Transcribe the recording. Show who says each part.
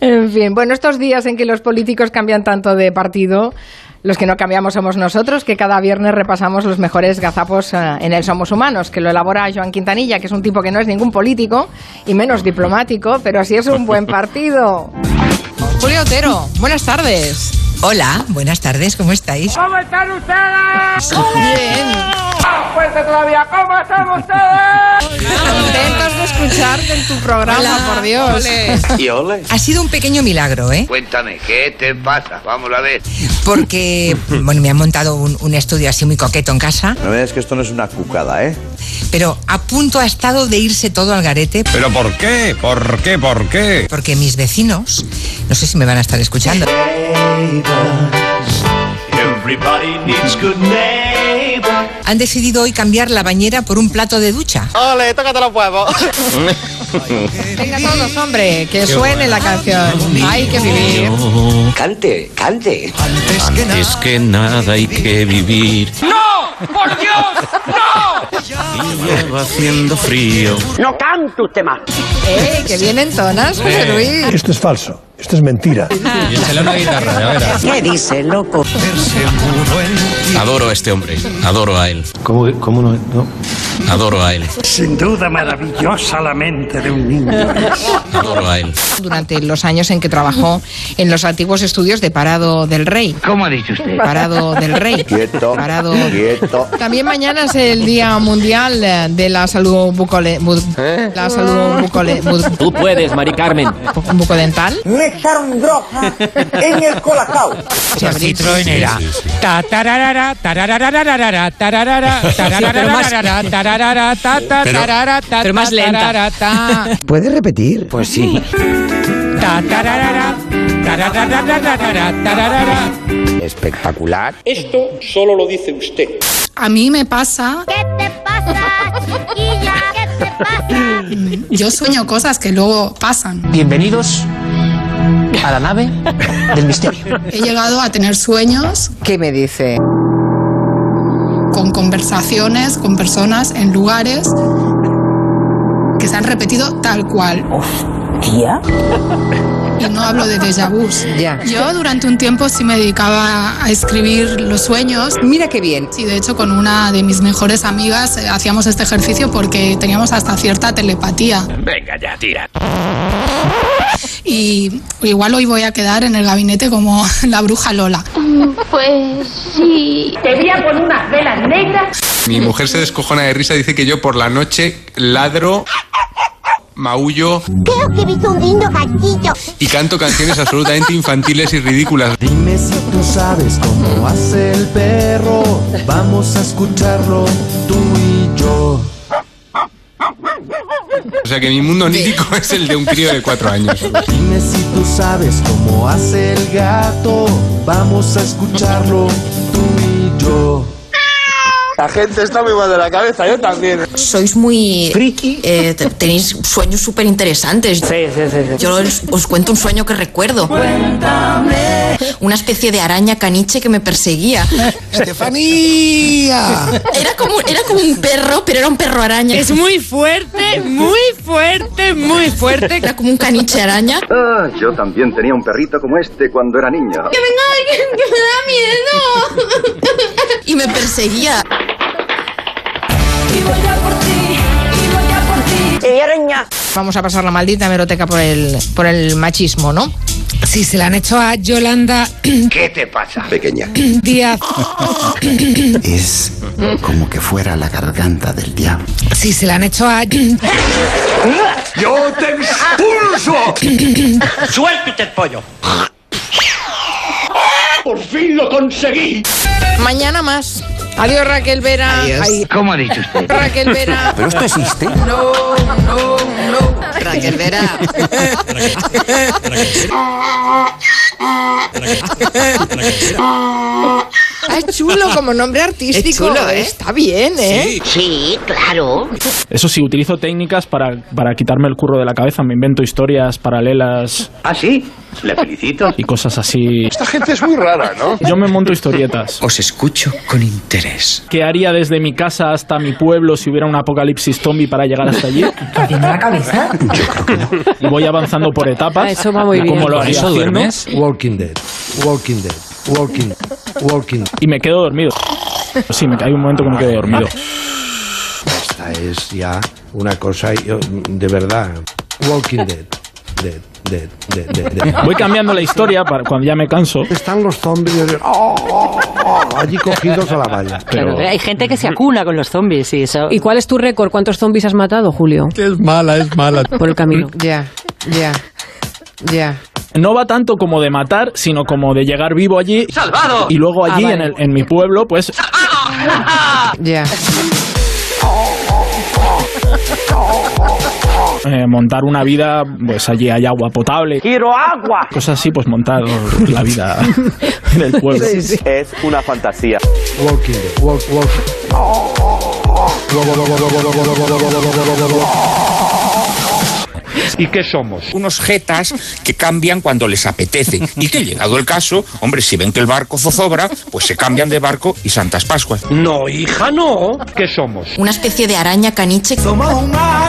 Speaker 1: En fin, bueno, estos días en que los políticos cambian tanto de partido, los que no cambiamos somos nosotros, que cada viernes repasamos los mejores gazapos eh, en el Somos Humanos, que lo elabora Joan Quintanilla, que es un tipo que no es ningún político y menos diplomático, pero sí es un buen partido.
Speaker 2: Julio Otero, buenas tardes.
Speaker 3: Hola, buenas tardes, ¿cómo estáis?
Speaker 4: ¿Cómo están ustedes?
Speaker 2: Bien.
Speaker 4: Más fuerte todavía, ¿cómo están ustedes?
Speaker 2: Contentos de escucharte en tu programa,
Speaker 3: Hola.
Speaker 2: por Dios.
Speaker 5: Y ole.
Speaker 3: Ha sido un pequeño milagro, ¿eh?
Speaker 5: Cuéntame, ¿qué te pasa? Vamos a ver.
Speaker 3: Porque, bueno, me han montado un, un estudio así muy coqueto en casa,
Speaker 6: No veas que esto no es una cucada, ¿eh?
Speaker 3: pero a punto ha estado de irse todo al garete
Speaker 7: ¿Pero por qué? ¿Por qué? ¿Por qué?
Speaker 3: porque mis vecinos, no sé si me van a estar escuchando,
Speaker 8: Everybody needs good neighbor.
Speaker 3: han decidido hoy cambiar la bañera por un plato de ducha.
Speaker 8: Ole, tócate los huevos.
Speaker 2: Venga todos, hombre, que suene la canción. Hay que vivir.
Speaker 5: Cante, cante.
Speaker 9: Antes que nada hay que vivir.
Speaker 4: ¡No! ¡Por Dios! ¡No!
Speaker 9: Y lleva haciendo frío.
Speaker 4: No cante usted más.
Speaker 2: Eh, que bien entonas, José Luis.
Speaker 10: Esto es falso, esto es mentira.
Speaker 7: Y échale una guitarra, ya verás.
Speaker 3: ¿Qué dice, loco?
Speaker 9: Adoro a este hombre. Adoro a él.
Speaker 10: ¿Cómo, cómo no, no?
Speaker 9: Adoro a él.
Speaker 8: Sin duda maravillosa la mente de un niño.
Speaker 9: Adoro a él.
Speaker 2: Durante los años en que trabajó en los antiguos estudios de Parado del Rey.
Speaker 5: ¿Cómo ha dicho usted?
Speaker 2: Parado del Rey.
Speaker 6: Quieto,
Speaker 2: Parado.
Speaker 6: quieto.
Speaker 2: También mañana es el Día Mundial eh, de la Salud Bucole... bu- La salud bucole... bu-
Speaker 8: ¿Eh? Tú puedes, Mari Carmen.
Speaker 2: bucodental.
Speaker 4: Me echaron droga en el colacao.
Speaker 7: Citroenera.
Speaker 2: Pero más lenta.
Speaker 6: ¿Puedes repetir? Pues sí. Espectacular.
Speaker 2: A mí me pasa,
Speaker 4: ¿Qué te pasa, chiquilla? ¿Qué te pasa?
Speaker 2: yo sueño cosas que luego pasan.
Speaker 8: Bienvenidos a la nave del misterio.
Speaker 2: He llegado a tener sueños
Speaker 1: ¿Qué me dice?
Speaker 2: con conversaciones con personas en lugares que se han repetido tal cual. Y no hablo de déjà vu.
Speaker 1: Ya.
Speaker 2: Yo durante un tiempo sí me dedicaba a escribir los sueños.
Speaker 1: Mira qué bien.
Speaker 2: Y de hecho con una de mis mejores amigas eh, hacíamos este ejercicio porque teníamos hasta cierta telepatía.
Speaker 5: Venga ya, tira.
Speaker 2: Y igual hoy voy a quedar en el gabinete como la bruja Lola.
Speaker 4: Pues sí. Te voy a poner unas velas negras.
Speaker 7: Mi mujer se descojona de risa y dice que yo por la noche ladro, maullo
Speaker 4: Creo que he visto un lindo gatito.
Speaker 7: y canto canciones absolutamente infantiles y ridículas.
Speaker 8: Dime si tú sabes cómo hace el perro. Vamos a escucharlo tú y yo.
Speaker 7: O sea que mi mundo onírico es el de un crío de cuatro años.
Speaker 8: Dime si tú sabes cómo hace el gato. Vamos a escucharlo tú y yo. La gente está muy mal de la cabeza, yo también.
Speaker 11: sois muy... eh, te- tenéis sueños súper interesantes. Yo os, os cuento un sueño que recuerdo. Una especie de araña caniche que me perseguía.
Speaker 3: ¡Estefanía!
Speaker 11: Era como, era como un perro, pero era un perro araña.
Speaker 2: Es muy fuerte, muy fuerte, muy fuerte.
Speaker 11: Era como un caniche araña.
Speaker 5: Ah, yo también tenía un perrito como este cuando era niño.
Speaker 11: venga alguien que me da miedo. Y me perseguía.
Speaker 2: Vamos a pasar la maldita meroteca por el, por el machismo, ¿no?
Speaker 3: Sí, se la han hecho a Yolanda
Speaker 5: ¿Qué te pasa? Pequeña.
Speaker 3: Díaz.
Speaker 8: Es como que fuera la garganta del diablo.
Speaker 3: Sí, se la han hecho a...
Speaker 8: ¡Yo te expulso!
Speaker 4: Suéltate el pollo.
Speaker 2: Mañana más. Adiós Raquel Vera. Ay,
Speaker 5: ¿Cómo ha dicho usted?
Speaker 2: Raquel Vera.
Speaker 6: ¿Pero esto existe?
Speaker 2: No, no, no.
Speaker 11: Raquel Vera.
Speaker 1: Ah, es chulo como nombre artístico.
Speaker 11: Es chulo, ¿eh?
Speaker 1: Está bien, ¿eh?
Speaker 11: Sí, claro.
Speaker 12: Eso sí, utilizo técnicas para, para quitarme el curro de la cabeza. Me invento historias paralelas.
Speaker 13: Ah, sí, le felicito.
Speaker 12: Y cosas así.
Speaker 8: Esta gente es muy rara, ¿no?
Speaker 12: Yo me monto historietas.
Speaker 9: Os escucho con interés.
Speaker 12: ¿Qué haría desde mi casa hasta mi pueblo si hubiera un apocalipsis zombie para llegar hasta allí?
Speaker 3: la
Speaker 6: Ah.
Speaker 3: cabeza?
Speaker 12: Yo creo que no. Y voy avanzando por etapas.
Speaker 14: Ah, eso va muy
Speaker 12: ¿Cómo
Speaker 14: bien.
Speaker 12: lo
Speaker 14: ¿Con
Speaker 12: haría
Speaker 14: eso
Speaker 12: haciendo?
Speaker 14: duermes?
Speaker 10: Walking Dead. Walking Dead. Walking. Walking.
Speaker 12: Y me quedo dormido. Sí, me, hay un momento que me quedo dormido.
Speaker 10: Esta es ya una cosa yo, de verdad. Walking Dead. Dead. Dead. Dead. Dead. dead.
Speaker 12: Voy cambiando la historia para cuando ya me canso.
Speaker 10: Están los zombies oh, oh, oh, allí cogidos a la valla.
Speaker 14: Claro, ¿eh? hay gente que se acuna con los zombies y eso.
Speaker 15: ¿Y cuál es tu récord? ¿Cuántos zombies has matado, Julio?
Speaker 10: Es mala, es mala.
Speaker 15: Por el camino.
Speaker 14: Ya, ya, ya.
Speaker 12: No va tanto como de matar, sino como de llegar vivo allí.
Speaker 14: ¡Salvado!
Speaker 12: Y luego allí,
Speaker 14: Ah, vale.
Speaker 12: en, el- en mi pueblo, pues.
Speaker 14: Ya.
Speaker 1: Ah.
Speaker 12: eh, montar una vida, pues allí hay agua potable.
Speaker 13: ¡Quiero agua!
Speaker 12: Cosas así, pues montar la vida en el pueblo.
Speaker 13: Es una fantasía.
Speaker 10: Walking Dead. Walk, walk.
Speaker 9: ¿Y qué somos? Unos jetas que cambian cuando les apetece. Y que llegado el caso, hombre, si ven que el barco zozobra, pues se cambian de barco y Santas Pascuas. No, hija, no. ¿Qué somos?
Speaker 11: Una especie de araña caniche.
Speaker 9: una